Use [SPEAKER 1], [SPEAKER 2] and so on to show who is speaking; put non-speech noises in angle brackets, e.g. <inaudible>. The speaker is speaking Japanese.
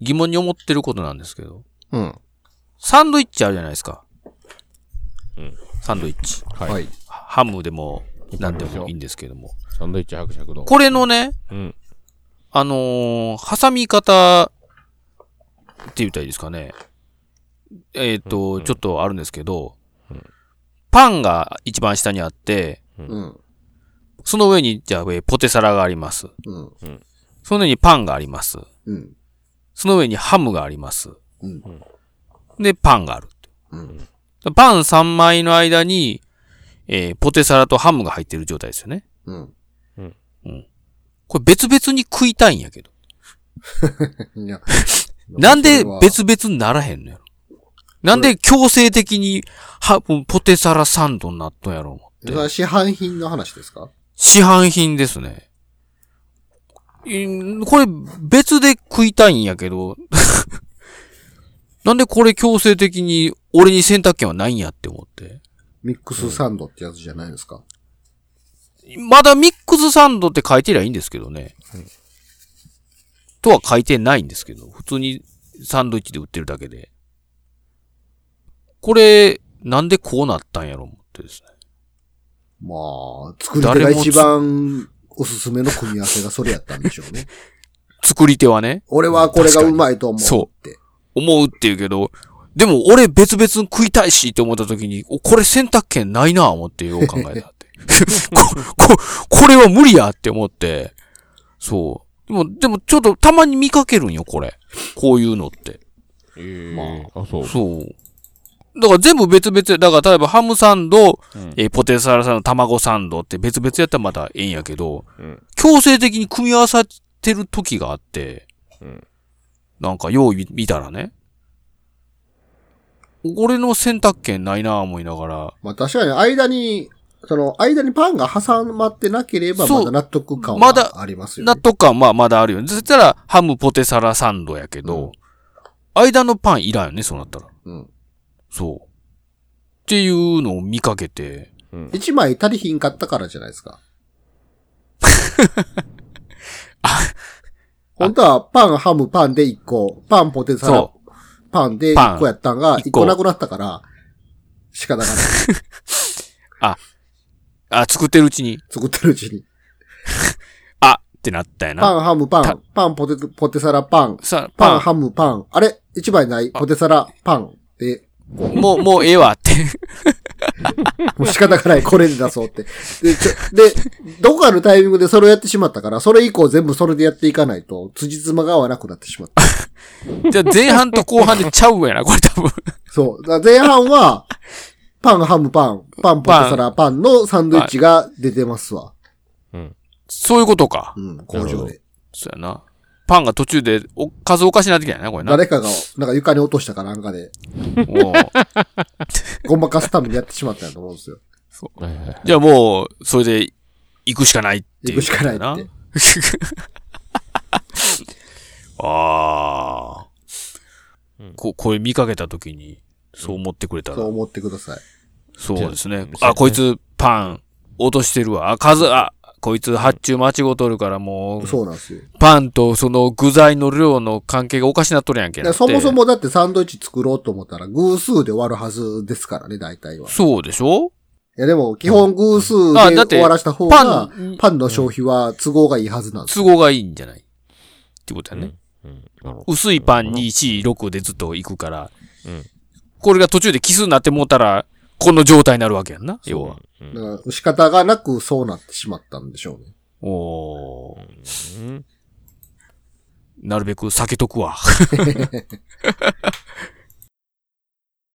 [SPEAKER 1] 疑問に思ってることなんですけど、
[SPEAKER 2] うん。
[SPEAKER 1] サンドイッチあるじゃないですか。
[SPEAKER 3] うん。
[SPEAKER 1] サンドイッチ。
[SPEAKER 3] はい
[SPEAKER 2] はい。
[SPEAKER 1] ハムでも、なんでもいいんですけども。
[SPEAKER 3] サンドイッチ伯爵の。
[SPEAKER 1] これのね、
[SPEAKER 3] うん。
[SPEAKER 1] あのー挟み方って言ったらいいですかね。えっ、と、ちょっとあるんですけど、パンが一番下にあって、
[SPEAKER 2] うん。
[SPEAKER 1] その上に、じゃあ、えーポテサラがあります。
[SPEAKER 2] うん。
[SPEAKER 1] その上にパンがあります。
[SPEAKER 2] うん。
[SPEAKER 1] その上にハムがあります。
[SPEAKER 2] うん
[SPEAKER 1] で、パンがある。
[SPEAKER 2] うん。
[SPEAKER 1] パン3枚の間に、えーポテサラとハムが入ってる状態ですよね。
[SPEAKER 2] うん。
[SPEAKER 1] これ別々に食いたいんやけど。
[SPEAKER 2] いや
[SPEAKER 1] なんで別々にならへんのやろ。なんで強制的に、は、ポテサラサンドになっとんやろ思
[SPEAKER 2] それ
[SPEAKER 1] って。
[SPEAKER 2] は市販品の話ですか
[SPEAKER 1] 市販品ですね。んこれ別で食いたいんやけど、 <laughs> なんでこれ強制的に俺に選択権はないんやって思って。
[SPEAKER 2] ミックスサンドってやつじゃないですか、
[SPEAKER 1] まだミックスサンドって書いてりゃいいんですけどね。とは書いてないんですけど、普通にサンドイッチで売ってるだけで。これ、なんでこうなったんやろ思ってですね。
[SPEAKER 2] まあ、作り手が一番おすすめの組み合わせがそれやったんでしょうね。
[SPEAKER 1] 作り手はね、
[SPEAKER 2] 俺はこれがうまいと思うって。
[SPEAKER 1] 思うっていうけど、でも俺別々に食いたいしって思った時に、おこれ選択権ないなぁ思ってよう考えたって。 <laughs> こ、こ、これは無理やって思って。そう。でも、でもちょっとたまに見かけるんよ、これ。こういうのって。
[SPEAKER 3] ええ。あ、そう。
[SPEAKER 1] そう。だから全部別々、だから例えばハムサンド、えーポテサラサンド、卵サンドって別々やったらまたええんやけど、
[SPEAKER 3] うん
[SPEAKER 1] 強制的に組み合わさってる時があって、
[SPEAKER 3] うん
[SPEAKER 1] なんかよう見見たらね、俺の選択権ないなぁ思いながら、
[SPEAKER 2] まあ確かに間に、その間にパンが挟まってなければ
[SPEAKER 1] そ
[SPEAKER 2] ま
[SPEAKER 1] う
[SPEAKER 2] だ納得感
[SPEAKER 1] まだ
[SPEAKER 2] はありますよね。
[SPEAKER 1] 納得感まあまだあるよね。そしたらハムポテサラサンドやけど、間のパンいらんよね、そうなったら。
[SPEAKER 2] うん。
[SPEAKER 1] そう。っていうのを見かけて、
[SPEAKER 2] 一枚足りひんかったからじゃない
[SPEAKER 1] <laughs>
[SPEAKER 2] ですか。本当はパン、ハム、パンで1個、パン、ポテサラ
[SPEAKER 1] そ、
[SPEAKER 2] パンで
[SPEAKER 1] パン
[SPEAKER 2] 1個やったんが、
[SPEAKER 1] 一
[SPEAKER 2] 1
[SPEAKER 1] 個
[SPEAKER 2] 個なくなったから、仕方がない。
[SPEAKER 1] <laughs> あ、作ってるうちに、
[SPEAKER 2] 作ってるうちに。
[SPEAKER 1] あってなったよ
[SPEAKER 2] パ
[SPEAKER 1] な。
[SPEAKER 2] ン、ハム、パ
[SPEAKER 1] た
[SPEAKER 2] ン、パン、ポテト、ポテサラ、パン、
[SPEAKER 1] さ
[SPEAKER 2] パン、
[SPEAKER 1] パ
[SPEAKER 2] ハム、パン。あれ一枚ないポテサラ、パン。で、
[SPEAKER 1] ン、もう、もうええわって。
[SPEAKER 2] もう仕方がない、これで出そうって。で、ちょで、どこかのタイミングでそれをやってしまったから、それ以降全部それでやっていかないと、辻褄が合わなくなってしまった。
[SPEAKER 1] じゃあ前半と後半でちゃうんやな、これ多
[SPEAKER 2] <laughs>
[SPEAKER 1] 分。
[SPEAKER 2] そう。だから前半は、パン、ハム、パン、パン、ポテサラ、パンのサンドイッチが出てますわ。
[SPEAKER 3] うん。
[SPEAKER 1] そういうことか
[SPEAKER 2] う。ん、工
[SPEAKER 3] なるほ
[SPEAKER 2] 場
[SPEAKER 3] ど
[SPEAKER 2] で。
[SPEAKER 1] そうやな。パンが途中でお数おかしになってきたんやな、これな。
[SPEAKER 2] 誰かが、なんか床に落としたかなんかで、
[SPEAKER 1] もう
[SPEAKER 2] ごまかすためにやってしまったんやと思うんですよ。
[SPEAKER 3] はいはいはい
[SPEAKER 1] じゃあもう、それで行くしかないってい
[SPEAKER 2] 行
[SPEAKER 1] う。
[SPEAKER 2] くしかないって。
[SPEAKER 1] <laughs> ああ
[SPEAKER 3] うん。
[SPEAKER 1] こ、これ見かけた時に、そう思ってくれたら
[SPEAKER 2] そう。思ってください。
[SPEAKER 1] そうですね。
[SPEAKER 3] じゃあ
[SPEAKER 1] あ、こいつ、パン、落としてるわ。あ、数、あ、こいつ発注間違うとるからもう、
[SPEAKER 2] そうなんですよ。
[SPEAKER 1] パンとその具材の量の関係がおかしなっとるやんけ
[SPEAKER 2] い
[SPEAKER 1] な
[SPEAKER 2] や
[SPEAKER 1] って。
[SPEAKER 2] そもそ。もだってサンドイッチ作ろうと思ったら偶数で終わるはずですからね、大体は。い
[SPEAKER 1] そうでしょ
[SPEAKER 2] やでも基本偶数
[SPEAKER 1] あ
[SPEAKER 2] で
[SPEAKER 1] だって
[SPEAKER 2] 終わらした方
[SPEAKER 1] パ
[SPEAKER 2] が
[SPEAKER 1] ン、
[SPEAKER 2] パンの消費は都合がいいはずなんです。
[SPEAKER 1] 都合がいいんじゃないってことだね。
[SPEAKER 3] うん。なるほど。
[SPEAKER 1] 薄いパンに1、6でずっと行くから、
[SPEAKER 3] うん
[SPEAKER 1] これが途中で奇数になってもうたら、この状態になるわけやんな、要は。
[SPEAKER 3] うん。
[SPEAKER 2] だから仕方がなくそうなってしまったんでしょうね。
[SPEAKER 1] おー
[SPEAKER 3] うん。
[SPEAKER 1] なるべく避けとくわ。